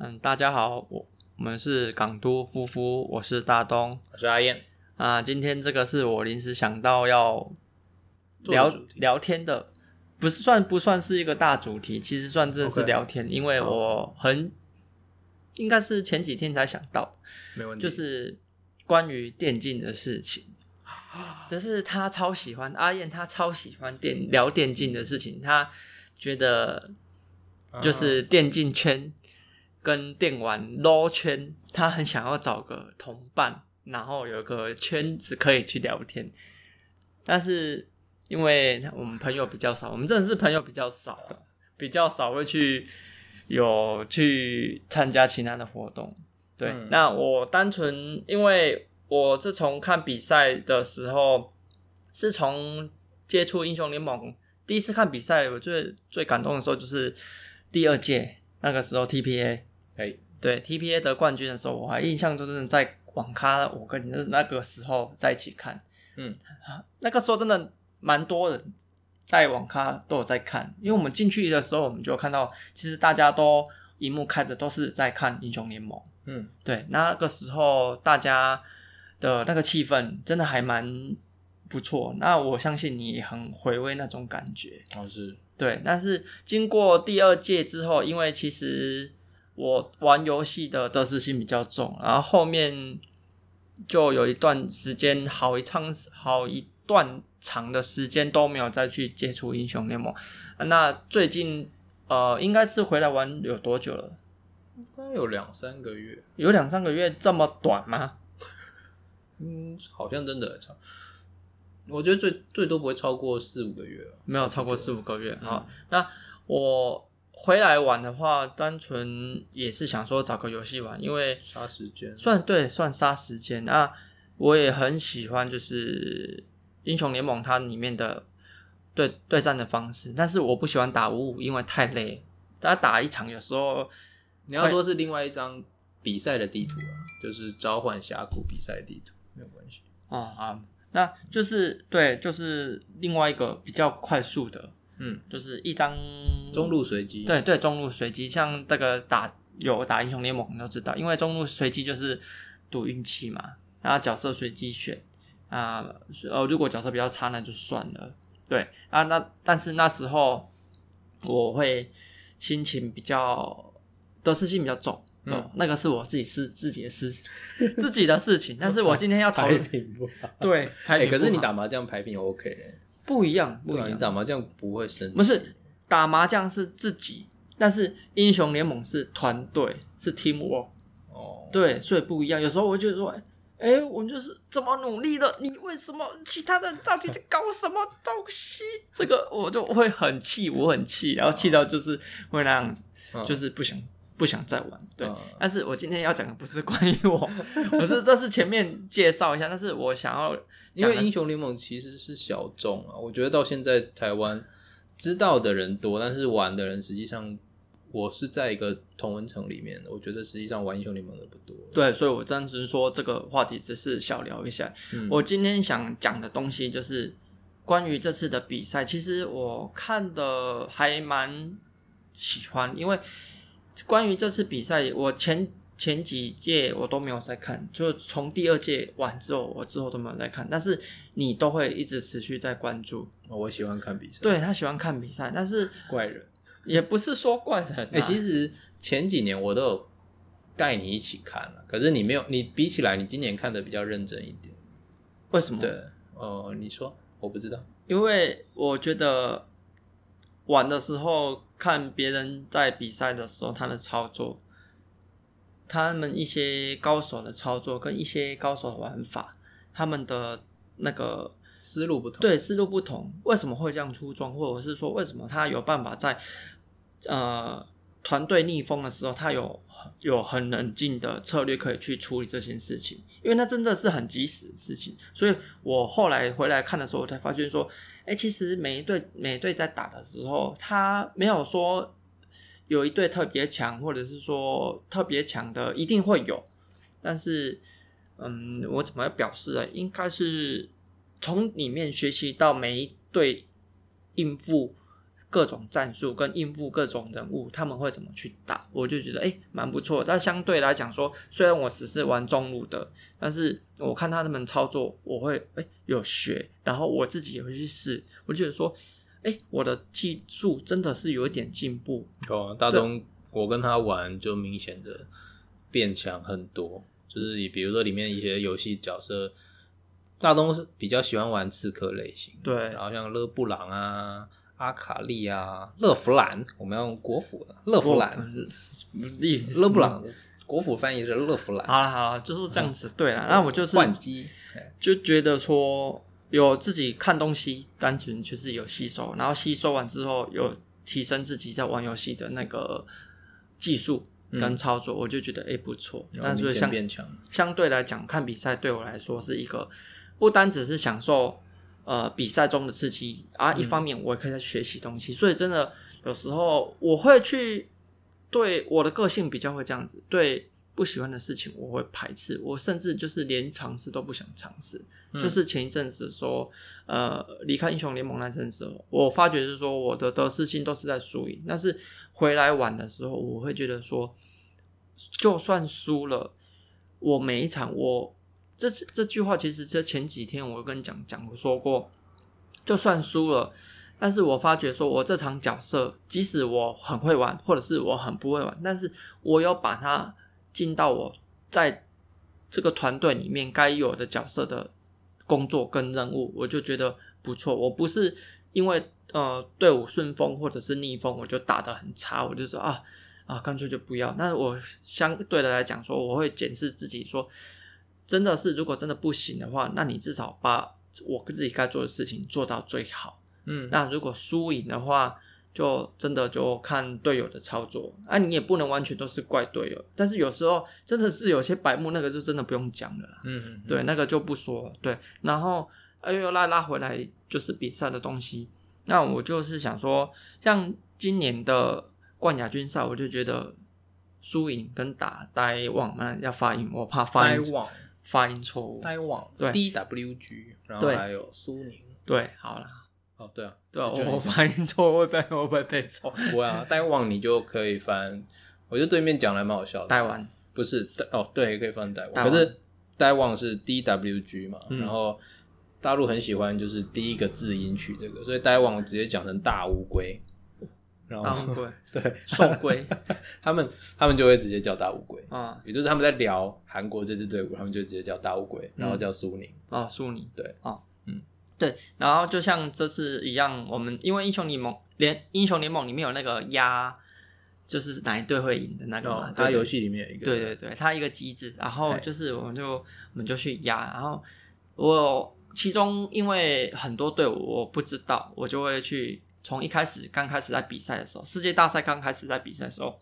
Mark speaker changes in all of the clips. Speaker 1: 嗯大家好，我我们是港都夫妇，我是大东
Speaker 2: 我是阿燕，
Speaker 1: 啊。今天这个是我临时想到要
Speaker 2: 做的
Speaker 1: 聊
Speaker 2: 主题
Speaker 1: 聊天的，不是算不算是一个大主题？其实算真的是
Speaker 2: OK
Speaker 1: 聊天因为
Speaker 2: 好
Speaker 1: 我很应该是前几天才想到，
Speaker 2: 没问题。
Speaker 1: 就是关于电竞的事情。
Speaker 2: 啊
Speaker 1: 只是他超喜欢阿燕，他超喜欢电聊电竞的事情，他觉得就是电竞圈跟电玩 LO 圈，他很想要找个同伴，然后有个圈子可以去聊天。但是因为我们朋友比较少，我们真的是朋友比较少，啊比较少会去有去参加其他的活动。对，
Speaker 2: 嗯
Speaker 1: 那我单纯因为我自从看比赛的时候，是从接触英雄联盟第一次看比赛，我最最感动的时候就是第二届那个时候 TPA，
Speaker 2: 可以
Speaker 1: 对 TPA 得冠军的时候，我还印象就是在网咖，我跟你那那个时候在一起看，
Speaker 2: 嗯
Speaker 1: 啊，那个时候真的蛮多人在网咖都有在看，因为我们进去的时候，我们就看到其实大家都荧幕开着都是在看英雄联盟。
Speaker 2: 嗯
Speaker 1: 对，那个时候大家的那个气氛真的还蛮不错。那我相信你也很回味那种感觉。
Speaker 2: 然后是
Speaker 1: 对，但是经过第二届之后，因为其实我玩游戏的得失心比较重，然后后面就有一段时间，好一长好一段长的时间都没有再去接触英雄联盟。那最近呃，应该是回来玩有多久了？
Speaker 2: 应该有两三个月，
Speaker 1: 有两三个月这么短吗？
Speaker 2: 嗯，好像真的超，我觉得最最多不会超过四五个月吧
Speaker 1: 没有超过四五个月啊、
Speaker 2: 嗯
Speaker 1: 好那我回来玩的话，单纯也是想说找个游戏玩，因为
Speaker 2: 杀时间。
Speaker 1: 算对算杀时间。那我也很喜欢，就是英雄联盟它里面的对对战的方式，但是我不喜欢打五五，因为太累了。大家打一场有时候
Speaker 2: 你要说是另外一张比赛的地图啊，就是召唤峡谷比赛地图，没有关系。
Speaker 1: 哦啊，那就是对，就是另外一个比较快速的，
Speaker 2: 嗯，
Speaker 1: 就是一张
Speaker 2: 中路随机，
Speaker 1: 对对，中路随机，像这个打有打英雄联盟都知道，因为中路随机就是赌运气嘛，然后角色随机选啊，呃，如果角色比较差那就算了，对啊，那但是那时候我会心情比较得失心比较重。
Speaker 2: 嗯
Speaker 1: 哦，那个是我自己是自己的事，自己的事情。但 是我今天要讨论，
Speaker 2: 平不好。
Speaker 1: 对，排
Speaker 2: 哎，
Speaker 1: 名
Speaker 2: 可
Speaker 1: 不
Speaker 2: 是你
Speaker 1: 好
Speaker 2: 打麻将排平 OK，欸
Speaker 1: 不一样，不
Speaker 2: 不
Speaker 1: 一
Speaker 2: 然你
Speaker 1: 样。
Speaker 2: 打麻将不会生气。
Speaker 1: 不是打麻将是自己，但是英雄联盟是团队，是 team work，
Speaker 2: 哦，
Speaker 1: 对，所以不一样。有时候我会觉得说，哎、我们就是这么努力了，你为什么其他人到底在搞什么东西？这个我就会很气，我很气，然后气到就是会那样子，
Speaker 2: 嗯
Speaker 1: 就是不想不想再玩，对。啊
Speaker 2: 嗯
Speaker 1: 但是我今天要讲的不是关于 我，我是这是前面介绍一下，但是我想要
Speaker 2: 因
Speaker 1: 讲
Speaker 2: 为
Speaker 1: 的
Speaker 2: 英雄联盟其实是小众啊，我觉得到现在台湾知道的人多，但是玩的人实际上，我是在一个同温层里面的，我觉得实际上玩英雄联盟的不多。
Speaker 1: 对，所以我当时说这个话题只是小聊一下，
Speaker 2: 嗯
Speaker 1: 我今天想讲的东西就是关于这次的比赛，其实我看的还蛮喜欢，因为关于这次比赛，我前前几届我都没有在看，就从第二届完之后，我之后都没有在看，但是你都会一直持续在关注。
Speaker 2: 嗯我喜欢看比赛，
Speaker 1: 对他喜欢看比赛，但是
Speaker 2: 怪人。
Speaker 1: 也不是说怪人、啊，
Speaker 2: 哎、其实前几年我都有带你一起看了，可是你没有，你比起来，你今年看的比较认真一点。
Speaker 1: 为什么？
Speaker 2: 对，哦，你说，我不知道。
Speaker 1: 因为我觉得玩的时候看别人在比赛的时候他的操作，他们一些高手的操作跟一些高手的玩法，他们的那个
Speaker 2: 思路不同，，
Speaker 1: 对思路不同，为什么会这样出装，或者是说为什么他有办法在呃团队逆风的时候，他有有很冷静的策略可以去处理这件事情，因为那真的是很及时的事情。所以我后来回来看的时候，我才发现说，哎、其实每一队每一队在打的时候，他没有说有一队特别强，或者是说特别强的一定会有，但是，嗯，我怎么表示呢？应该是从里面学习到每一队应付各种战术跟应付各种人物，他们会怎么去打，我就觉得哎蛮不错。但相对来讲说，虽然我只是玩中路的，但是我看他们操作，我会哎有学，然后我自己也会去试，我就觉得说。哎，我的技术真的是有一点进步，
Speaker 2: 有啊，大东，我跟他玩就明显的变强很多。就是你比如说里面一些游戏角色，大东是比较喜欢玩刺客类型，
Speaker 1: 对
Speaker 2: 然后像勒布朗啊、阿卡丽啊、勒弗兰，我们要用国服的勒弗兰、
Speaker 1: 厉
Speaker 2: 勒
Speaker 1: 嗯
Speaker 2: 布朗，国服翻译是勒弗兰，
Speaker 1: 好了好了，就是这样子。对了，那我就是
Speaker 2: 嗯哦换机，哎
Speaker 1: 就觉得说有自己看东西，单纯就是有吸收，然后吸收完之后有提升自己在玩游戏的那个技术跟操作，我就觉得诶不错。嗯
Speaker 2: 然
Speaker 1: 但是
Speaker 2: 后嗯明显
Speaker 1: 相
Speaker 2: 变强。
Speaker 1: 相对来讲，看比赛对我来说是一个不单只是享受呃比赛中的刺激啊，一方面我也可以在学习东西，所以真的有时候我会去对我的个性比较会这样子，对不喜欢的事情我会排斥，我甚至就是连尝试都不想尝试。
Speaker 2: 嗯
Speaker 1: 就是前一阵子说呃离开英雄联盟那阵子哦，我发觉就是说我的得失心都是在输赢，但是回来玩的时候，我会觉得说，就算输了，我每一场我这次这句话其实这前几天我跟你讲讲过说过，就算输了。但是我发觉说，我这场角色，即使我很会玩，或者是我很不会玩，但是我有把它进到我在这个团队里面该有的角色的工作跟任务，我就觉得不错。我不是因为呃队伍顺风或者是逆风，我就打得很差，我就说啊啊，干脆就不要。那我相对的来讲说，我会检视自己说，真的是如果真的不行的话，那你至少把我自己该做的事情做到最好。
Speaker 2: 嗯，
Speaker 1: 那如果输赢的话，就真的就看队友的操作。啊，你也不能完全都是怪队友，但是有时候真的是有些白目，那个就真的不用讲了啦。
Speaker 2: 嗯，
Speaker 1: 对，那个就不说了。对，然后哎又拉拉回来就是比赛的东西。那我就是想说，像今年的冠亚军赛，我就觉得输赢跟打呆忘，那要发音，我怕发
Speaker 2: 呆
Speaker 1: 音
Speaker 2: 网，
Speaker 1: 发音错误。
Speaker 2: 呆网，
Speaker 1: 对
Speaker 2: ，DWG，然后
Speaker 1: 对
Speaker 2: 还有苏宁，
Speaker 1: 对，好了，
Speaker 2: 哦，对啊，
Speaker 1: 对啊
Speaker 2: 就
Speaker 1: 我我发音错误会被会被被 抽。
Speaker 2: 不会啊，呆网你就可以翻，我觉得对面讲的还蛮好笑的。
Speaker 1: 呆完，
Speaker 2: 不是呆哦，对，可以翻呆
Speaker 1: 呆网
Speaker 2: 网，可是呆网是 DWG 嘛，
Speaker 1: 嗯
Speaker 2: 然后大陆很喜欢就是第一个字音取这个，所以呆网直接讲成大乌龟，然
Speaker 1: 大乌
Speaker 2: 后
Speaker 1: 龟，
Speaker 2: 对
Speaker 1: 兽龟
Speaker 2: 他们他们就会直接叫大乌龟，
Speaker 1: 啊
Speaker 2: 也就是他们在聊韩国这支队伍，他们就直接叫大乌
Speaker 1: 嗯
Speaker 2: 龟，然后叫苏宁，
Speaker 1: 啊，苏宁
Speaker 2: 哦对
Speaker 1: 啊，
Speaker 2: 嗯
Speaker 1: 对，然后就像这次一样，我们因为英雄联盟连英雄联盟里面有那个压，就是哪一队会赢的那个嘛，
Speaker 2: 哦，它
Speaker 1: 对
Speaker 2: 游戏里面有一个，
Speaker 1: 对对对，它一个机制，然后
Speaker 2: 哎
Speaker 1: 就是我们就我们就去压，然后我其中因为很多队伍我不知道，我就会去从一开始刚开始在比赛的时候，世界大赛刚开始在比赛的时候，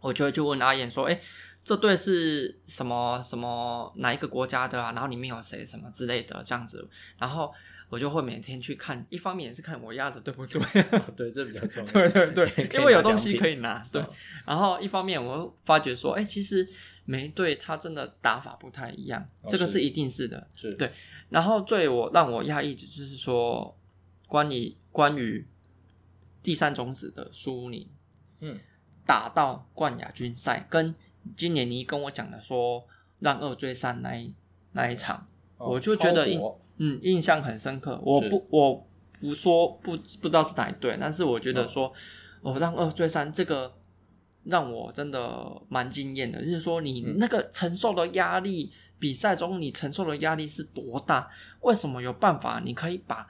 Speaker 1: 我就会去问阿燕说，哎、这队是什么什么哪一个国家的啊？然后里面有谁什么之类的这样子，然后我就会每天去看，一方面也是看我压的对不 对，
Speaker 2: 对，这比较重要，
Speaker 1: 对 对对，因为有东西可
Speaker 2: 以
Speaker 1: 以拿，对
Speaker 2: 拿奖品，，嗯哦
Speaker 1: 然后一方面我发觉说，哎、其实每一队他真的打法不太一样，
Speaker 2: 哦
Speaker 1: 这个
Speaker 2: 是
Speaker 1: 是一定是的。
Speaker 2: 是
Speaker 1: 对然后最我让我讶异的就是说，关于关于第三种子的苏宁
Speaker 2: 嗯。
Speaker 1: 打到冠亚军赛，跟今年你跟我讲的说让二追三那一那一场，
Speaker 2: 哦
Speaker 1: 我就觉得
Speaker 2: 超薄
Speaker 1: 嗯，印象很深刻。我
Speaker 2: 是
Speaker 1: 不，我不说不不知道是哪一队，但是我觉得说，哦，让二追三这个让我真的蛮惊艳的，就是说你
Speaker 2: 嗯
Speaker 1: 那个承受的压力，比赛中你承受的压力是多大？为什么有办法你可以把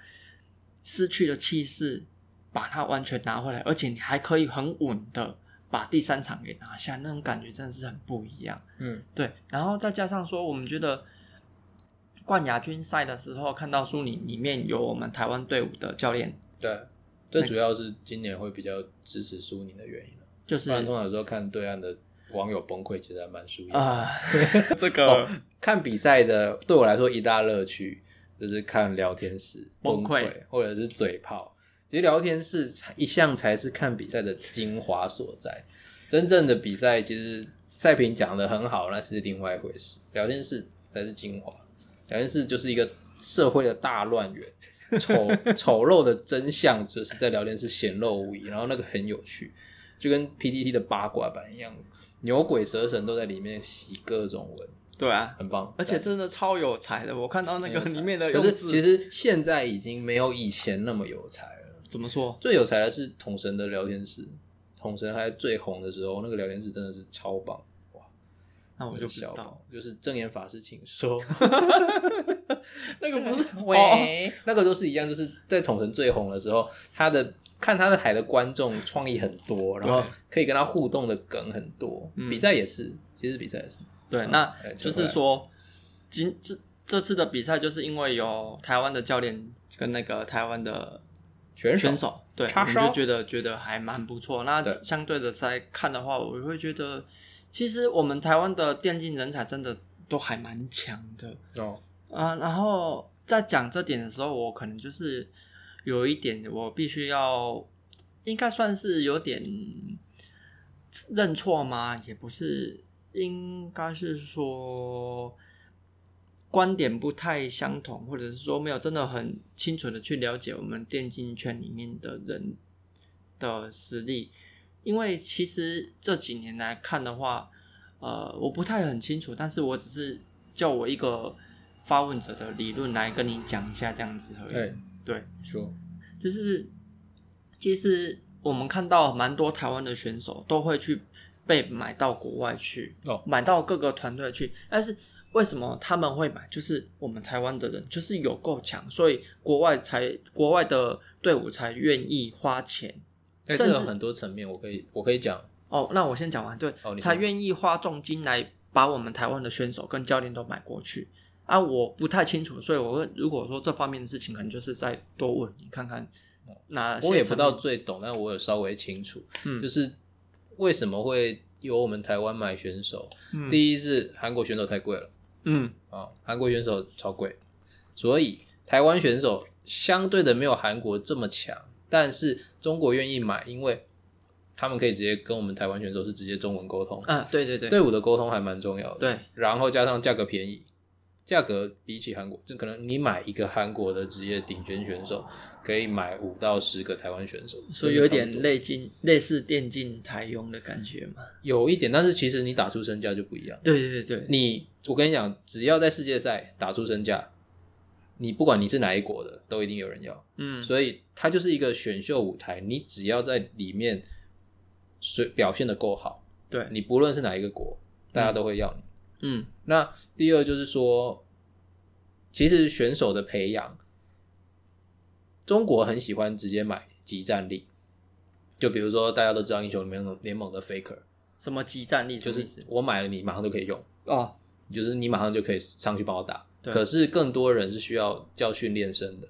Speaker 1: 失去的气势把它完全拿回来，而且你还可以很稳的把第三场给拿下，那种感觉真的是很不一样。
Speaker 2: 嗯，
Speaker 1: 对，然后再加上说，我们觉得冠亚军赛的时候看到苏宁里面有我们台湾队伍的教练，
Speaker 2: 对，这主要是今年会比较支持苏宁的原因了
Speaker 1: 就
Speaker 2: 不
Speaker 1: 是
Speaker 2: 然通常有时候看对岸的网友崩溃，其实还蛮舒压。
Speaker 1: 啊，这个、
Speaker 2: 哦看比赛的对我来说一大乐趣就是看聊天室
Speaker 1: 崩溃
Speaker 2: 溃，或者是嘴炮。其实聊天室一向才是看比赛的精华所在。真正的比赛其实赛评讲的很好，那是另外一回事。聊天室才是精华。聊天室就是一个社会的大乱源， 丑丑陋的真相就是在聊天室显露无遗，然后那个很有趣，就跟 PPT 的八卦版一样，牛鬼蛇神都在里面洗各种文，
Speaker 1: 对啊，
Speaker 2: 很棒。
Speaker 1: 而且真的超有才的，我看到那个里面的
Speaker 2: 可
Speaker 1: 用
Speaker 2: 是
Speaker 1: 字，
Speaker 2: 其实现在已经没有以前那么有才了，
Speaker 1: 怎么说？
Speaker 2: 最有才的是统神的聊天室，统神还最红的时候，那个聊天室真的是超棒。
Speaker 1: 那我就不知
Speaker 2: 小
Speaker 1: 道，
Speaker 2: 就是正言法师，请说。
Speaker 1: 那个不是哦
Speaker 2: 喂，那个都是一样，就是在统神最红的时候，他的看他的海的观众创意很多，然后
Speaker 1: 对
Speaker 2: 可以跟他互动的梗很多。
Speaker 1: 嗯
Speaker 2: 比赛也是，其实比赛也是，
Speaker 1: 对，
Speaker 2: 嗯
Speaker 1: 那
Speaker 2: 哎
Speaker 1: 就
Speaker 2: 扯
Speaker 1: 是
Speaker 2: 回来
Speaker 1: 说，今这这次的比赛，就是因为有台湾的教练跟那个台湾的
Speaker 2: 选手
Speaker 1: 选手，对，
Speaker 2: 叉
Speaker 1: 我们就
Speaker 2: 烧
Speaker 1: 觉得觉得还蛮不错。那
Speaker 2: 对
Speaker 1: 相对的在看的话，我会觉得，其实我们台湾的电竞人才真的都还蛮强的
Speaker 2: 哦，
Speaker 1: 啊。然后在讲这点的时候，我可能就是有一点，我必须要，应该算是有点认错吗？也不是，应该是说。观点不太相同，或者是说没有真的很清楚的去了解我们电竞圈里面的人的实力，因为其实这几年来看的话，呃，我不太很清楚，但是我只是就我一个发问者的理论来跟你讲一下这样子而已。
Speaker 2: 对，
Speaker 1: 对，
Speaker 2: 说
Speaker 1: 就是其实我们看到蛮多台湾的选手都会去被买到国外去，
Speaker 2: 哦
Speaker 1: 买到各个团队去，但是为什么他们会买？就是我们台湾的人就是有够强，所以国外才国外的队伍才愿意花钱。
Speaker 2: 哎，这
Speaker 1: 甚至
Speaker 2: 有很多层面，我可以我可以讲，
Speaker 1: 哦，那我先讲完，对，
Speaker 2: 哦你
Speaker 1: 才
Speaker 2: 先
Speaker 1: 愿意花重金来把我们台湾的选手跟教练都买过去。啊，我不太清楚，所以我会如果说这方面的事情，可能就是再多问你看看哪些
Speaker 2: 我也哦不
Speaker 1: 层
Speaker 2: 到
Speaker 1: 面
Speaker 2: 最懂，但我有稍微清楚，
Speaker 1: 嗯
Speaker 2: 就是为什么会有我们台湾买选手？
Speaker 1: 嗯
Speaker 2: 第一是韩国选手太贵了。
Speaker 1: 嗯
Speaker 2: 啊，韩国选手超贵，所以台湾选手相对的没有韩国这么强，但是中国愿意买，因为他们可以直接跟我们台湾选手是直接中文沟通，
Speaker 1: 啊，对对对
Speaker 2: 队伍的沟通还蛮重要的。，
Speaker 1: 对
Speaker 2: 然后加上价格便宜，价格比起韩国，就可能你买一个韩国的职业顶尖选手，可以买五到十个台湾选手，
Speaker 1: 所以
Speaker 2: 真的
Speaker 1: 有
Speaker 2: 差不
Speaker 1: 点
Speaker 2: 多，
Speaker 1: 类近类似电竞台用的感觉嘛。
Speaker 2: 有一点，但是其实你打出身价就不一样。
Speaker 1: 对对对，
Speaker 2: 你，我跟你讲，只要在世界赛打出身价，你不管你是哪一国的，都一定有人要。
Speaker 1: 嗯，
Speaker 2: 所以它就是一个选秀舞台，你只要在里面水表现的够好，
Speaker 1: 对，
Speaker 2: 你不论是哪一个国，大家都会要你。
Speaker 1: 嗯
Speaker 2: 那第二就是说，其实选手的培养，中国很喜欢直接买集战力，就比如说大家都知道英雄联盟联盟的 Faker，
Speaker 1: 什么集战力
Speaker 2: 就
Speaker 1: 什么意
Speaker 2: 是
Speaker 1: 思
Speaker 2: 我买了你马上就可以用。
Speaker 1: 哦，
Speaker 2: 就是你马上就可以上去帮我打。
Speaker 1: 对
Speaker 2: 可是更多人是需要叫训练生的，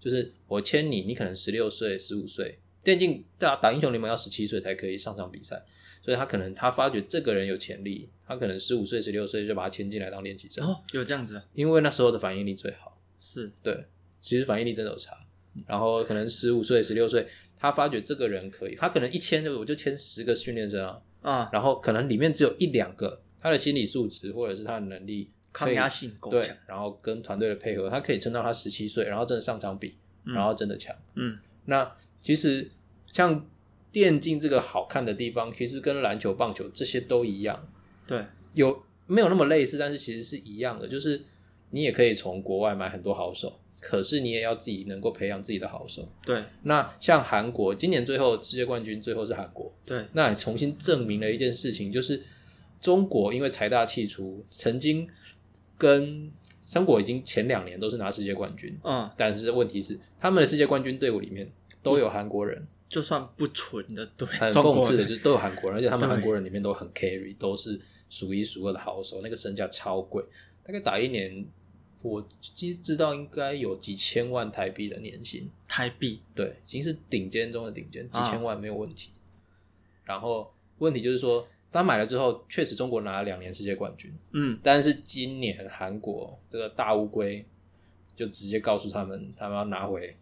Speaker 2: 就是我签你，你可能十六岁、十五岁，电竞打打英雄联盟要十七岁才可以上场比赛，所以他可能他发觉这个人有潜力，他可能十五岁、十六岁就把他签进来当练习生，
Speaker 1: 然后有这样子啊
Speaker 2: 因为那时候的反应力最好。
Speaker 1: 是
Speaker 2: 对，其实反应力真的有差。
Speaker 1: 嗯
Speaker 2: 然后可能十五岁、十六岁，他发觉这个人可以，他可能一签就我就签十个训练生啊，
Speaker 1: 啊，
Speaker 2: 然后可能里面只有一两个他的心理素质或者是他的能力可
Speaker 1: 抗
Speaker 2: 以
Speaker 1: 压性够
Speaker 2: 对
Speaker 1: 强，，
Speaker 2: 然后跟团队的配合，他可以撑到他十七岁，然后真的上场比，
Speaker 1: 嗯
Speaker 2: 然后真的强。
Speaker 1: 嗯
Speaker 2: 那其实像电竞这个好看的地方，其实跟篮球、棒球这些都一样，
Speaker 1: 对，
Speaker 2: 有没有那么类似，但是其实是一样的，就是你也可以从国外买很多好手，可是你也要自己能够培养自己的好手。
Speaker 1: 对
Speaker 2: 那像韩国今年最后世界冠军最后是韩国，
Speaker 1: 对
Speaker 2: 那也重新证明了一件事情，就是中国因为财大气粗，曾经跟中国已经前两年都是拿世界冠军，
Speaker 1: 嗯，
Speaker 2: 但是问题是他们的世界冠军队伍里面都有韩国人，
Speaker 1: 就算不纯的对，
Speaker 2: 很
Speaker 1: 中
Speaker 2: 讽
Speaker 1: 国
Speaker 2: 刺的
Speaker 1: 的
Speaker 2: 就是都有韩国人，而且他们
Speaker 1: 对
Speaker 2: 韩国人里面都很 carry，都是数一数二的好手，那个身价超贵，大概打一年。我其实知道应该有几千万台币的年薪，
Speaker 1: 台币，
Speaker 2: 对，已经是顶尖中的顶尖，几
Speaker 1: 啊
Speaker 2: 千万没有问题。然后问题就是说，他买了之后，确实中国拿了两年世界冠军，
Speaker 1: 嗯
Speaker 2: 但是今年韩国这个大乌龟就直接告诉他们，他们要拿回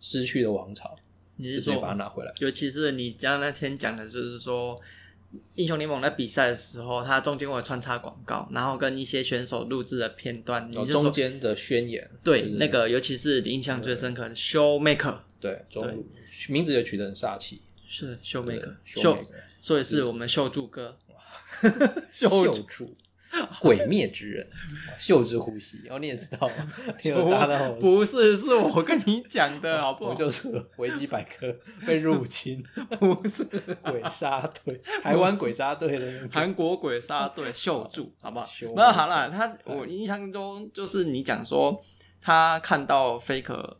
Speaker 2: 失去的王朝，
Speaker 1: 你
Speaker 2: 就是直接把
Speaker 1: 说，
Speaker 2: 它拿回来。
Speaker 1: 尤其是你刚刚那天讲的，就是说英雄联盟在比赛的时候，它中间会有穿插广告，然后跟一些选手录制的片段，你
Speaker 2: 然后
Speaker 1: 就
Speaker 2: 哦中
Speaker 1: 说
Speaker 2: 间的宣言，
Speaker 1: 对
Speaker 2: 就是
Speaker 1: 那个，尤其是印象最深刻的 Showmaker，
Speaker 2: 对中名字也取得很煞气，
Speaker 1: 是 Showmaker，
Speaker 2: 秀
Speaker 1: 秀，所以是我们秀柱 哥，
Speaker 2: 秀柱，鬼灭之 刃，秀之呼吸，哦然后你也知道吗？你有搭到我
Speaker 1: 不是，是我跟你讲的好不好？
Speaker 2: 我就是维基百科 被入侵，
Speaker 1: 不是
Speaker 2: 鬼杀 队，台湾鬼杀队的那个，
Speaker 1: 韩国鬼杀 队秀柱，好不好
Speaker 2: 秀？
Speaker 1: 那好了，他我印象中就是你讲说他看到 Faker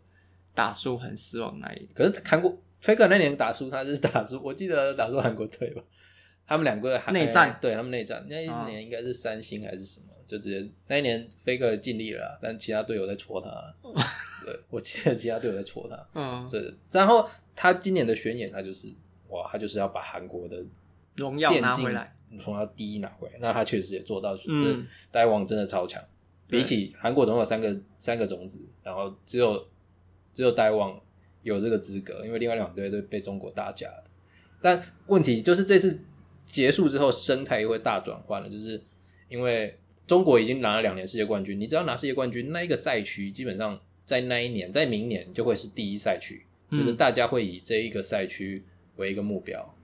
Speaker 1: 打输很失望那一
Speaker 2: 可是韩国 Faker 那年打输，他是打输，我记得打输韩国队吧？他们两个还
Speaker 1: 内战
Speaker 2: 对他们内战那一
Speaker 1: 啊
Speaker 2: 年应该是三星还是什么，就直接那一年 Faker 尽力了啊，但其他队友在戳 他啊。对，我记得其他队友在戳他。啊
Speaker 1: 嗯
Speaker 2: 对，然后他今年的宣言，他就是哇，他就是要把韩国的
Speaker 1: 荣耀
Speaker 2: 电
Speaker 1: 拿
Speaker 2: 竞
Speaker 1: 回来，
Speaker 2: 从他第一拿回来，那他确实也做到，就是
Speaker 1: 嗯
Speaker 2: 呆王真的超强。
Speaker 1: 对
Speaker 2: 比起韩国总共有三个三个种子，然后只有只有呆王有这个资格，因为另外两队都被中国打假的。但问题就是这次结束之后，生态又会大转换了，就是因为中国已经拿了两年世界冠军，你只要拿世界冠军，那一个赛区基本上在那一年，在明年就会是第一赛区，就是
Speaker 1: 嗯
Speaker 2: 大家会以这一个赛区为一个目标。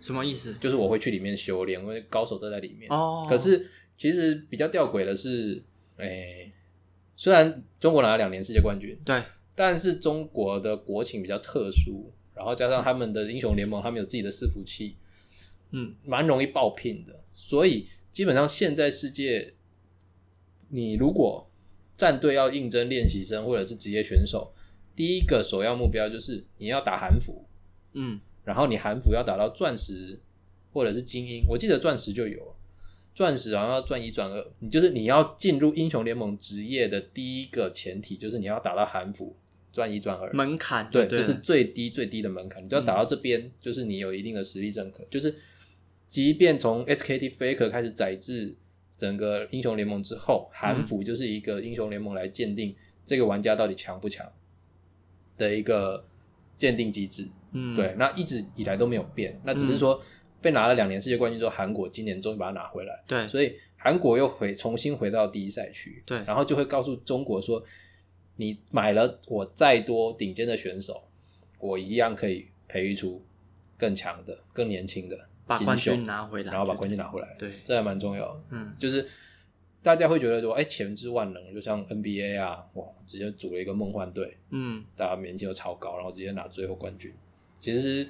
Speaker 1: 什么意思？
Speaker 2: 就是我会去里面修炼，因为高手都在里面。
Speaker 1: 哦，
Speaker 2: 可是其实比较吊诡的是，诶、虽然中国拿了两年世界冠军，
Speaker 1: 对，
Speaker 2: 但是中国的国情比较特殊，然后加上他们的英雄联盟，他们有自己的伺服器，
Speaker 1: 嗯，
Speaker 2: 蛮容易爆品的。所以基本上现在世界，你如果战队要应征练习生或者是职业选手，第一个首要目标就是你要打韩服，
Speaker 1: 嗯
Speaker 2: 然后你韩服要打到钻石或者是精英，我记得钻石就有，钻石然后要钻一钻二，你就是你要进入英雄联盟职业的第一个前提就是你要打到韩服钻一钻二，
Speaker 1: 门槛
Speaker 2: 对，
Speaker 1: 对
Speaker 2: 这
Speaker 1: 了，
Speaker 2: 是最低最低的门槛，你只要打到这边，就是你有一定的实力认可，就是即便从 SKT Faker 开始载至整个英雄联盟之后，韩
Speaker 1: 嗯
Speaker 2: 服就是一个英雄联盟来鉴定这个玩家到底强不强的一个鉴定机制。
Speaker 1: 嗯
Speaker 2: 对，那一直以来都没有变，那只是说被拿了两年世界冠军之后，韩国今年终于把它拿回来，
Speaker 1: 对，
Speaker 2: 所以韩国又回重新回到第一赛区，
Speaker 1: 对
Speaker 2: 然后就会告诉中国说，你买了我再多顶尖的选手，我一样可以培育出更强的、更年轻的
Speaker 1: 把
Speaker 2: 新
Speaker 1: 冠
Speaker 2: 秀
Speaker 1: 军，拿回来，
Speaker 2: 然后把冠军拿回来，
Speaker 1: 对，
Speaker 2: 这还蛮重要的。
Speaker 1: 嗯
Speaker 2: 就是大家会觉得说，哎，前知万能，就像 NBA 啊，哇，直接组了一个梦幻队，
Speaker 1: 嗯
Speaker 2: 大家年纪都超高，然后直接拿最后冠军。其实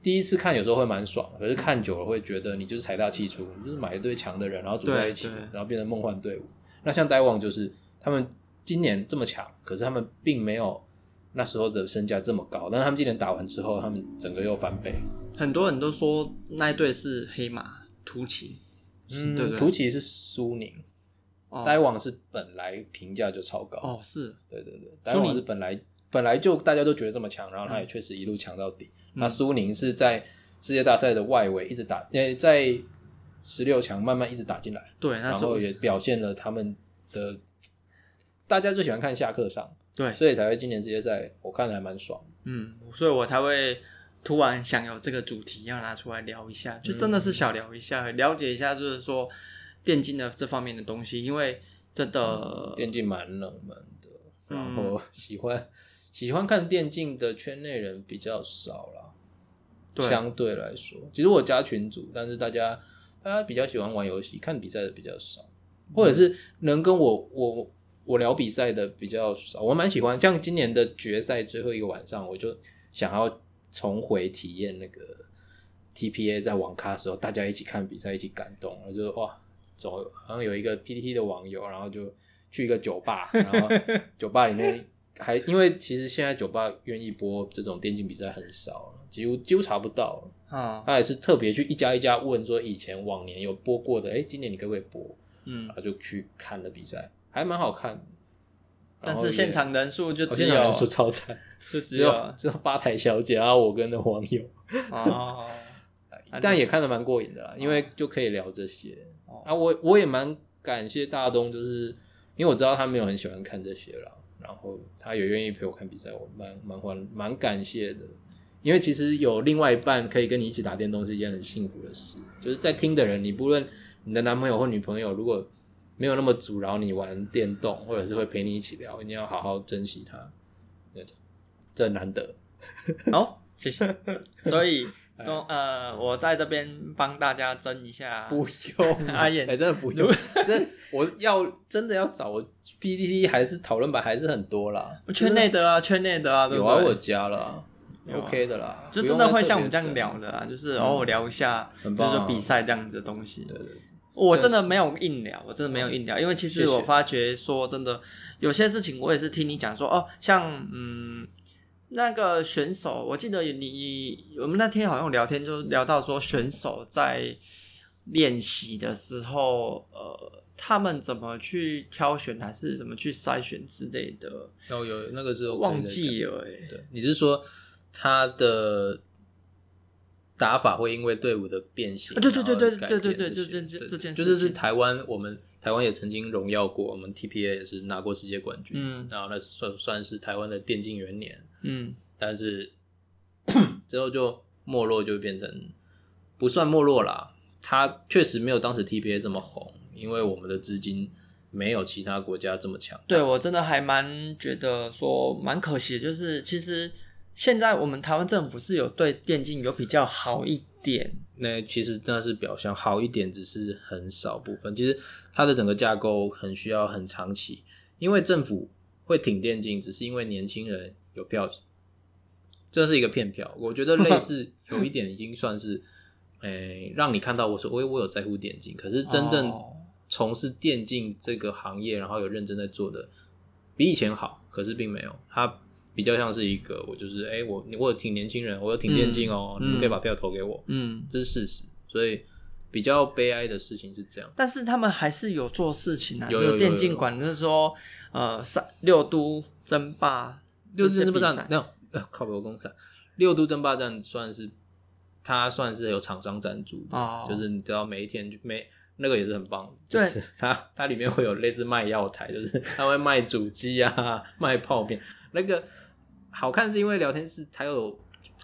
Speaker 2: 第一次看有时候会蛮爽，可是看久了会觉得你就是财大气粗，你就是买一堆强的人，然后组在一起
Speaker 1: 对对，
Speaker 2: 然后变成梦幻队伍。那像呆望就是他们今年这么强，可是他们并没有那时候的身价这么高，但是他们今年打完之后，他们整个又翻倍。
Speaker 1: 很多人都说那一队是黑马突骑，嗯
Speaker 2: 嗯
Speaker 1: 对不对？
Speaker 2: 土奇是苏宁，
Speaker 1: 哦
Speaker 2: 呆望是本来评价就超高，
Speaker 1: 哦是，
Speaker 2: 对对对，当然我是本来本来就大家都觉得这么强，然后他也确实一路强到底。
Speaker 1: 嗯
Speaker 2: 那苏宁是在世界大赛的外围一直打，呃，在十六强慢慢一直打进来，
Speaker 1: 对，那
Speaker 2: 然
Speaker 1: 时
Speaker 2: 后
Speaker 1: 候
Speaker 2: 也表现了他们的。大家最喜欢看下课上，
Speaker 1: 对，
Speaker 2: 所以才会今年世界赛，我看的还蛮爽。
Speaker 1: 嗯，所以我才会突然想有这个主题要拿出来聊一下，就真的
Speaker 2: 嗯
Speaker 1: 是小聊一下，了解一下，就是说电竞的这方面的东西，因为真的，
Speaker 2: 嗯电竞蛮冷门的，
Speaker 1: 嗯
Speaker 2: 然后喜欢、喜欢看电竞的圈内人比较少啦。
Speaker 1: 对
Speaker 2: 相对来说，其实我加群组，但是大家大家比较喜欢玩游戏，看比赛的比较少，或者是能跟我我我聊比赛的比较少。我蛮喜欢，像今年的决赛最后一个晚上，我就想要重回体验那个 TPA 在网咖的时候，大家一起看比赛，一起感动，我就哇，总好像有一个 PTT 的网友，然后就去一个酒吧， 然后酒吧里面还因为其实现在酒吧愿意播这种电竞比赛很少了，几乎几乎查不到了。
Speaker 1: 啊，
Speaker 2: 他也是特别去一家一家问说以前往年有播过的，哎、今年你可不可以播？
Speaker 1: 嗯
Speaker 2: 然，后就去看了比赛，还蛮好看的。
Speaker 1: 但
Speaker 2: 然后
Speaker 1: 是
Speaker 2: 也
Speaker 1: 现场人数就
Speaker 2: 哦
Speaker 1: 只
Speaker 2: 现场
Speaker 1: 有
Speaker 2: 人数超惨，
Speaker 1: 就只
Speaker 2: 只
Speaker 1: 有
Speaker 2: 有只有吧台小姐，然后我跟那网友，
Speaker 1: 哦，啊
Speaker 2: 但
Speaker 1: 对
Speaker 2: 也看得蛮过瘾的啦，因为就可以聊这些。
Speaker 1: 哦
Speaker 2: 啊，我我也蛮感谢大东，就是因为我知道他没有很喜欢看这些啦，然后他也愿意陪我看比赛，我蛮蛮欢蛮感谢的，因为其实有另外一半可以跟你一起打电动是一件很幸福的事。就是在听的人，你不论你的男朋友或女朋友，如果没有那么阻挠你玩电动，或者是会陪你一起聊，你要好好珍惜它。那种这很难得。
Speaker 1: 好，谢谢。所 以
Speaker 2: 哎
Speaker 1: 都呃，我在这边帮大家争一下，
Speaker 2: 不用
Speaker 1: 啊 阿燕
Speaker 2: 哎、真的不用，真的我要真的要找我 PPT 还是讨论版还是很多啦，
Speaker 1: 圈内的啊，圈内的啊，对
Speaker 2: 有
Speaker 1: 不
Speaker 2: 啊，我有
Speaker 1: 对？
Speaker 2: 加了啊、
Speaker 1: 有啊
Speaker 2: OK 的啦，
Speaker 1: 就
Speaker 2: 不
Speaker 1: 真
Speaker 2: 用
Speaker 1: 的
Speaker 2: 再
Speaker 1: 会
Speaker 2: 特
Speaker 1: 像我
Speaker 2: 别
Speaker 1: 们这样
Speaker 2: 整
Speaker 1: 聊的啊，就是偶尔聊一下，比
Speaker 2: 嗯很
Speaker 1: 如
Speaker 2: 棒啊
Speaker 1: 说比赛这样子的东西。
Speaker 2: 对对对
Speaker 1: 我真
Speaker 2: 确
Speaker 1: 的
Speaker 2: 实嗯
Speaker 1: 没有硬聊，我真的没有硬聊，因为其实
Speaker 2: 谢谢
Speaker 1: 我发觉说真的，有些事情我也是听你讲说哦，像嗯那个选手，我记得你我们那天好像有聊天就聊到说选手在练习的时候，呃，他们怎么去挑选还是怎么去筛选之类的，
Speaker 2: 有有那个是 OK
Speaker 1: 忘
Speaker 2: 的
Speaker 1: 记了哎、
Speaker 2: 对，你是说他的打法会因为队伍的变形？
Speaker 1: 啊对对对对
Speaker 2: 然后改
Speaker 1: 对对
Speaker 2: 变
Speaker 1: 对
Speaker 2: 些
Speaker 1: 就这
Speaker 2: 对
Speaker 1: 这件
Speaker 2: 就
Speaker 1: 事
Speaker 2: 这是
Speaker 1: 情
Speaker 2: 台湾，我们台湾也曾经荣耀过，我们 TPA 也是拿过世界冠军，
Speaker 1: 嗯
Speaker 2: 然后那算算是台湾的电竞元年，
Speaker 1: 嗯
Speaker 2: 但是 之后就没落，就变成不算没落啦。它确实没有当时 TPA 这么红，因为我们的资金没有其他国家这么强。
Speaker 1: 对我真的还蛮觉得说蛮可惜的，就是其实现在我们台湾政府是有对电竞有比较好一点，
Speaker 2: 那其实那是表象，好一点只是很少部分。其实它的整个架构很需要很长期，因为政府会挺电竞，只是因为年轻人有票，这是一个骗票。我觉得 类似有一点已经算是，诶、让你看到我说，我我有在乎电竞，可是真正
Speaker 1: 哦
Speaker 2: 从事电竞这个行业，然后有认真在做的，比以前好，可是并没有，它比较像是一个，我就是哎、诶我我有挺年轻人，我有挺电竞哦，
Speaker 1: 嗯
Speaker 2: 你们可以
Speaker 1: 嗯
Speaker 2: 把票投给我，
Speaker 1: 嗯，
Speaker 2: 这是事实。所以比较悲哀的事情是这样，
Speaker 1: 但是他们还是有做事情啊，
Speaker 2: 有
Speaker 1: 就
Speaker 2: 有
Speaker 1: 是
Speaker 2: 有
Speaker 1: 电
Speaker 2: 有
Speaker 1: 竞馆就是说呃三六都争霸
Speaker 2: 六
Speaker 1: 这
Speaker 2: 都
Speaker 1: 些
Speaker 2: 争
Speaker 1: 比
Speaker 2: 霸
Speaker 1: 赛
Speaker 2: 战，，那、呃、靠我公司啊六都争霸战算是它算是有厂商赞助的，
Speaker 1: 哦
Speaker 2: 就是你知道每一天就每那个也是很棒的，就
Speaker 1: 对
Speaker 2: 是它它里面会有类似卖药台，就是 它会卖主机啊，卖泡面，那个好看是因为聊天室还有。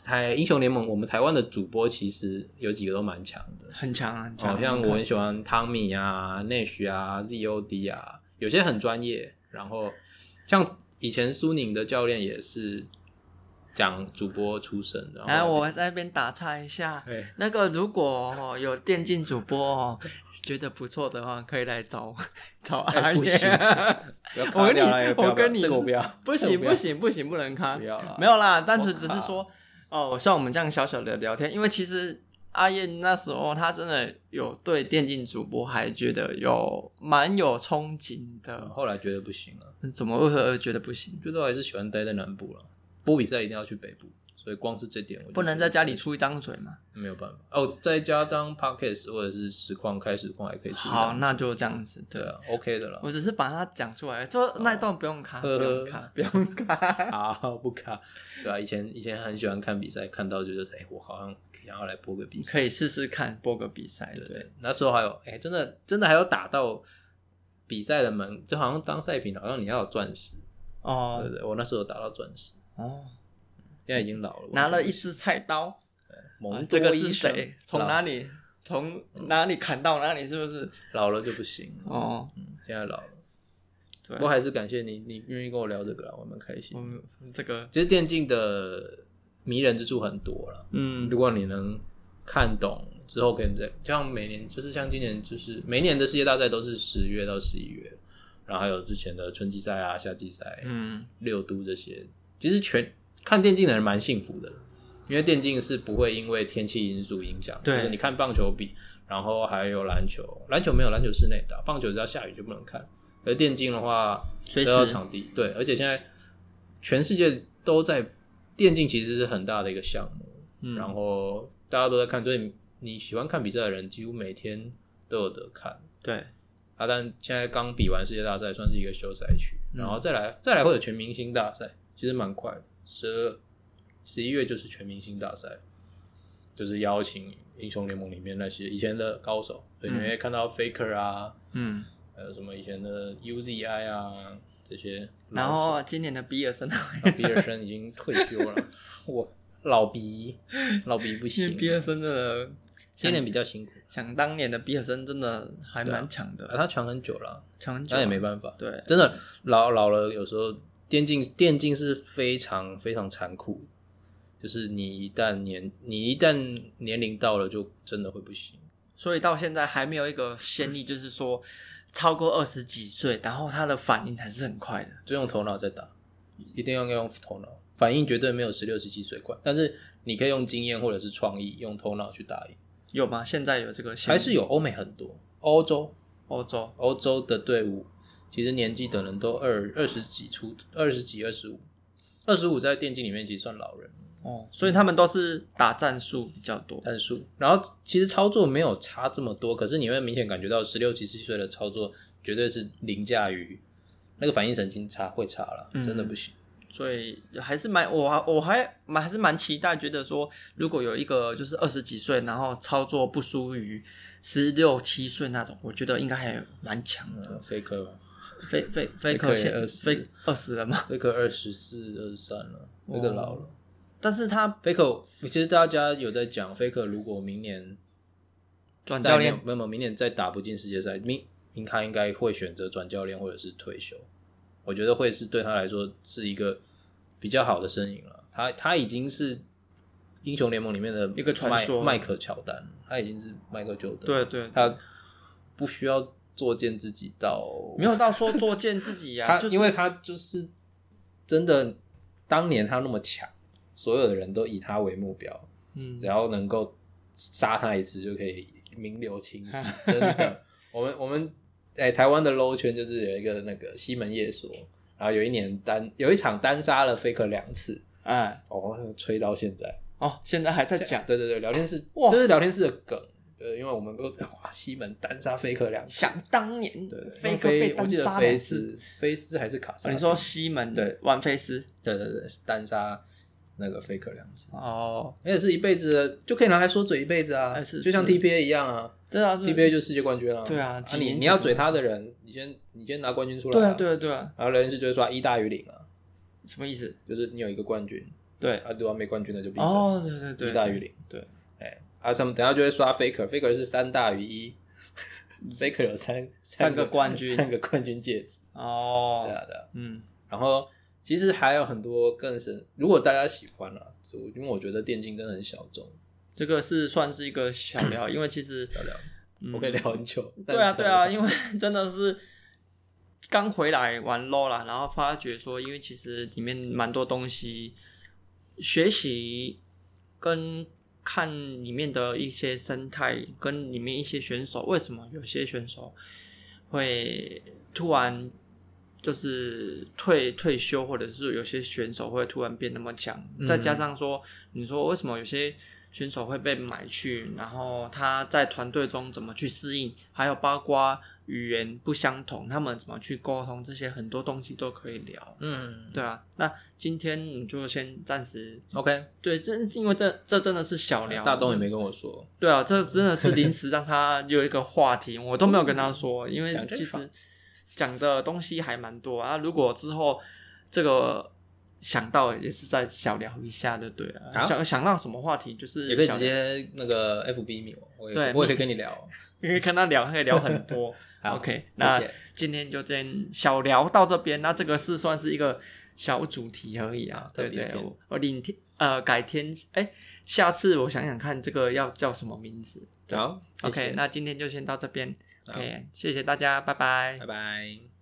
Speaker 2: 台英雄联盟，我们台湾的主播其实有几个都蛮强的，
Speaker 1: 很强啊，很强啊，
Speaker 2: 好像
Speaker 1: 很
Speaker 2: 我
Speaker 1: 强
Speaker 2: 很喜欢汤米啊、Nash 啊、ZOD 啊，有些很专业。然后像以前苏宁的教练也是讲主播出身，然后
Speaker 1: 来啊我在那边打岔一下，
Speaker 2: 哎
Speaker 1: 那个如果哦有电竞主播哦觉得不错的话，可以来找我找阿
Speaker 2: 哎
Speaker 1: 燕。
Speaker 2: 不行，不要
Speaker 1: 我
Speaker 2: 卡
Speaker 1: 跟
Speaker 2: 掉了
Speaker 1: 你，
Speaker 2: 不要
Speaker 1: 我跟你
Speaker 2: 这个我不要，
Speaker 1: 不
Speaker 2: 这个
Speaker 1: 行
Speaker 2: 我要
Speaker 1: 不，行不行，不能看
Speaker 2: 不，要了，
Speaker 1: 没有啦，单纯
Speaker 2: 我
Speaker 1: 只是
Speaker 2: 靠
Speaker 1: 说，哦，像我们这样小小的聊天，因为其实阿燕那时候她真的有对电竞主播还觉得有蛮有憧憬
Speaker 2: 嗯。
Speaker 1: 的，
Speaker 2: 后来觉得不行了，
Speaker 1: 怎么为何觉得不行？
Speaker 2: 觉得我还是喜欢待在南部了。播比赛一定要去北部，所以光是这点我就
Speaker 1: 不能
Speaker 2: 觉
Speaker 1: 在
Speaker 2: 得
Speaker 1: 家里出一张嘴嘛？
Speaker 2: 没有办法哦，在家当 podcast 或者是实况开实况还可以出一
Speaker 1: 好，
Speaker 2: 两
Speaker 1: 那
Speaker 2: 集
Speaker 1: 就这样子，
Speaker 2: 对
Speaker 1: 对。
Speaker 2: 啊，OK 的了。
Speaker 1: 我只是把它讲出来，就那一段不用卡，不
Speaker 2: 呵呵
Speaker 1: 用卡，不用卡。
Speaker 2: 啊，不卡，对啊，以前以前很喜欢看比赛，看到觉得哎、我好像想要来播个比赛。
Speaker 1: 可以试试看播个比赛，
Speaker 2: 对
Speaker 1: 对
Speaker 2: 对，那时候还有哎、真的真的还有打到比赛的门，就好像当赛品，好像你要有钻石。对
Speaker 1: 哦
Speaker 2: 对，我那时候有打到钻石，
Speaker 1: 哦，
Speaker 2: 现在已经老了，
Speaker 1: 拿了一
Speaker 2: 支
Speaker 1: 支菜刀，
Speaker 2: 蒙
Speaker 1: 这
Speaker 2: 多
Speaker 1: 个
Speaker 2: 医
Speaker 1: 是
Speaker 2: 生
Speaker 1: 谁？从
Speaker 2: 老
Speaker 1: 哪里？从哪里砍到哪里？是不是？
Speaker 2: 老了就不行了，
Speaker 1: 哦，
Speaker 2: 嗯，现在老了。
Speaker 1: 对
Speaker 2: 不，过还是感谢你，你愿意跟我聊这个啦，我蛮开心。
Speaker 1: 嗯，这个，
Speaker 2: 其实电竞的迷人之处很多啦，
Speaker 1: 嗯
Speaker 2: 如，果你能看懂之后，可以再像每年就是像今年就是每年的世界大赛都是十月到十一月，然后还有之前的春季赛啊、夏季赛、
Speaker 1: 嗯，
Speaker 2: 六都这些，其实全看电竞的人蛮幸福的，因为电竞是不会因为天气因素影响。
Speaker 1: 对
Speaker 2: 就是你看棒球比，然后还有篮球，篮球没有篮球室内打，棒球只要下雨就不能看，而电竞的话
Speaker 1: 随
Speaker 2: 都要
Speaker 1: 时
Speaker 2: 场地，对，而且现在全世界都在电竞，其实是很大的一个项目。
Speaker 1: 嗯
Speaker 2: 然后大家都在看，所以你喜欢看比赛的人几乎每天都有得看。
Speaker 1: 对，
Speaker 2: 啊，但现在刚比完世界大赛，算是一个休赛区，
Speaker 1: 嗯
Speaker 2: 然后再来再来会有全明星大赛，其实蛮快的，十二十一月就是全明星大赛，就是邀请英雄联盟里面那些以前的高手，所以你
Speaker 1: 嗯
Speaker 2: 会看到 Faker 啊，
Speaker 1: 嗯，
Speaker 2: 还有什么以前的 UZI 啊这些老手，啊
Speaker 1: 然后今年的比尔森，
Speaker 2: 比尔森已经退休了，我老鼻，老鼻不
Speaker 1: 因为
Speaker 2: 行，
Speaker 1: 比尔森真的
Speaker 2: 新人比较辛苦，
Speaker 1: 想当年的比尔森真的还
Speaker 2: 对啊
Speaker 1: 蛮强的，
Speaker 2: 啊、他强很久了，
Speaker 1: 强很久啊
Speaker 2: 那也没办法，
Speaker 1: 对，
Speaker 2: 真的老老了，有时候电竞电竞是非常非常残酷的，就是你一旦年你一旦年龄到了，就真的会不行。
Speaker 1: 所以到现在还没有一个先例，就是说超过二十几岁，然后他的反应还是很快的。
Speaker 2: 就用头脑在打，一定要用头脑，反应绝对没有十六十七岁快。但是你可以用经验或者是创意，用头脑去打赢，
Speaker 1: 有吗？现在有这个先例
Speaker 2: 还是有欧美很多，欧洲
Speaker 1: 欧洲
Speaker 2: 欧洲的队伍其实年纪的人都二二十几出，二十几二十五，二十五在电竞里面其实算老人
Speaker 1: 哦，所以他们都是打战术比较多。
Speaker 2: 战术。然后其实操作没有差这么多，可是你会明显感觉到十六十七岁的操作绝对是凌驾于那个反应神经差会差了，
Speaker 1: 嗯
Speaker 2: 真的不行。
Speaker 1: 所以还是蛮我还我还蛮还是蛮期待，觉得说如果有一个就是二十几岁，然后操作不输于十六七岁那种，我觉得应该还蛮强的。
Speaker 2: 嗯，飞科吧。
Speaker 1: 飞飞飞
Speaker 2: 可
Speaker 1: 科
Speaker 2: 以
Speaker 1: 现
Speaker 2: 20
Speaker 1: 飞二十了 嘛，
Speaker 2: 飞克二十四、二十三了，飞克老了。
Speaker 1: 但是他
Speaker 2: 飞克，其实大家有在讲，飞克如果明年
Speaker 1: 转教练
Speaker 2: 赛没有，没有，明年再打不进世界赛，明明他应该会选择转教练或者是退休。我觉得会是对他来说是一个比较好的身影了。他他已经是英雄联盟里面的
Speaker 1: 一个传
Speaker 2: 麦
Speaker 1: 说
Speaker 2: 迈克乔丹了，他已经是迈克乔丹，
Speaker 1: 对，对，
Speaker 2: 他不需要作践自己到
Speaker 1: 没有到说作践自己呀、
Speaker 2: 他、
Speaker 1: 就是
Speaker 2: 因为他就是真的，当年他那么强，所有的人都以他为目标，
Speaker 1: 嗯
Speaker 2: 只要能够杀他一次就可以名留 青史。真的，我们我们哎、台湾的 low 圈就是有一个那个西门夜说，然后有一年单有一场单杀了 Faker 两次，
Speaker 1: 哎
Speaker 2: 哦，吹到现在。
Speaker 1: 哦，现在还在讲
Speaker 2: 对对对，聊天室
Speaker 1: 哇
Speaker 2: 这是聊天室的梗，对，因为我们都哇西门单杀 Faker 两次。
Speaker 1: 想当年
Speaker 2: 对，
Speaker 1: 飞科
Speaker 2: 菲
Speaker 1: 被
Speaker 2: 我
Speaker 1: 单
Speaker 2: 记得
Speaker 1: 杀
Speaker 2: 菲
Speaker 1: 两次，哦
Speaker 2: 斯，菲斯还是卡萨？
Speaker 1: 你说西门
Speaker 2: 对
Speaker 1: 万菲斯
Speaker 2: 对对对，单杀那个 Faker 两次，
Speaker 1: 哦，
Speaker 2: 而且是一辈子的，就可以拿来说嘴一辈子啊，
Speaker 1: 哎是
Speaker 2: 就像
Speaker 1: 是
Speaker 2: TPA 一样啊
Speaker 1: 对啊，对
Speaker 2: ，TPA 就是世界冠军啊，
Speaker 1: 对啊
Speaker 2: 啊
Speaker 1: 几
Speaker 2: 你
Speaker 1: 年
Speaker 2: 你
Speaker 1: 前
Speaker 2: 要
Speaker 1: 就
Speaker 2: 嘴他的人，你先你先拿冠军出来、
Speaker 1: 对啊对啊对啊，
Speaker 2: 然后人是就会说一大于零啊，
Speaker 1: 什么意思？
Speaker 2: 就是你有一个冠军，
Speaker 1: 对
Speaker 2: 啊，如果没冠军的就闭嘴，
Speaker 1: 哦，对对对，
Speaker 2: 一大于零，
Speaker 1: 对，
Speaker 2: 哎，啊什么，等下就会刷 Faker，Faker 是三大于 一，Faker 有三
Speaker 1: 三个冠军
Speaker 2: 三个冠军戒指，对
Speaker 1: 哦，
Speaker 2: 啊对啊，
Speaker 1: 嗯，
Speaker 2: 然后其实还有很多更深，如果大家喜欢啦、就因为我觉得电竞真的很小众，
Speaker 1: 这个是算是一个小聊，因为其实
Speaker 2: 聊聊，
Speaker 1: 嗯
Speaker 2: 我可以聊很久。
Speaker 1: 对啊，对啊，
Speaker 2: 为
Speaker 1: 因为 真的是刚回来玩 LO 啦，然后发觉说，因为其实里面蛮多东西，学习跟看里面的一些生态，跟里面一些选手，为什么有些选手会突然就是退退休，或者是有些选手会突然变那么强，
Speaker 2: 嗯
Speaker 1: 再加上说，你说为什么有些选手会被买去，然后他在团队中怎么去适应，还有包括语言不相同，他们怎么去沟通，这些很多东西都可以聊。
Speaker 2: 嗯
Speaker 1: 对啊，那今天你就先暂时
Speaker 2: ，OK，
Speaker 1: 对，这因为这这真的是小聊，
Speaker 2: 大东也没跟我说，
Speaker 1: 对啊，这真的是临时让他有一个话题，我都没有跟他说，因为
Speaker 2: 哦讲真
Speaker 1: 其
Speaker 2: 爽
Speaker 1: 实讲的东西还蛮多啊。如果之后这个想到也是再小聊一下就对了，
Speaker 2: 好
Speaker 1: 想想到什么话题就是
Speaker 2: 也可以
Speaker 1: 小
Speaker 2: 直接那个 FB 密我，我也
Speaker 1: 对
Speaker 2: 我也可以跟你聊 哦。
Speaker 1: 因为跟他聊，可以聊很多。
Speaker 2: 好
Speaker 1: OK，那
Speaker 2: 谢谢
Speaker 1: 今天就先小聊到这边。那这个是算是一个小主题而已啊
Speaker 2: 好，
Speaker 1: 对
Speaker 2: 特别
Speaker 1: 对，
Speaker 2: 篇
Speaker 1: 我我领天呃改天哎，下次我想想看这个要叫什么名字。
Speaker 2: 好谢谢
Speaker 1: OK，那今天就先到这边。
Speaker 2: 好
Speaker 1: OK，谢谢大家，拜拜
Speaker 2: 拜。拜。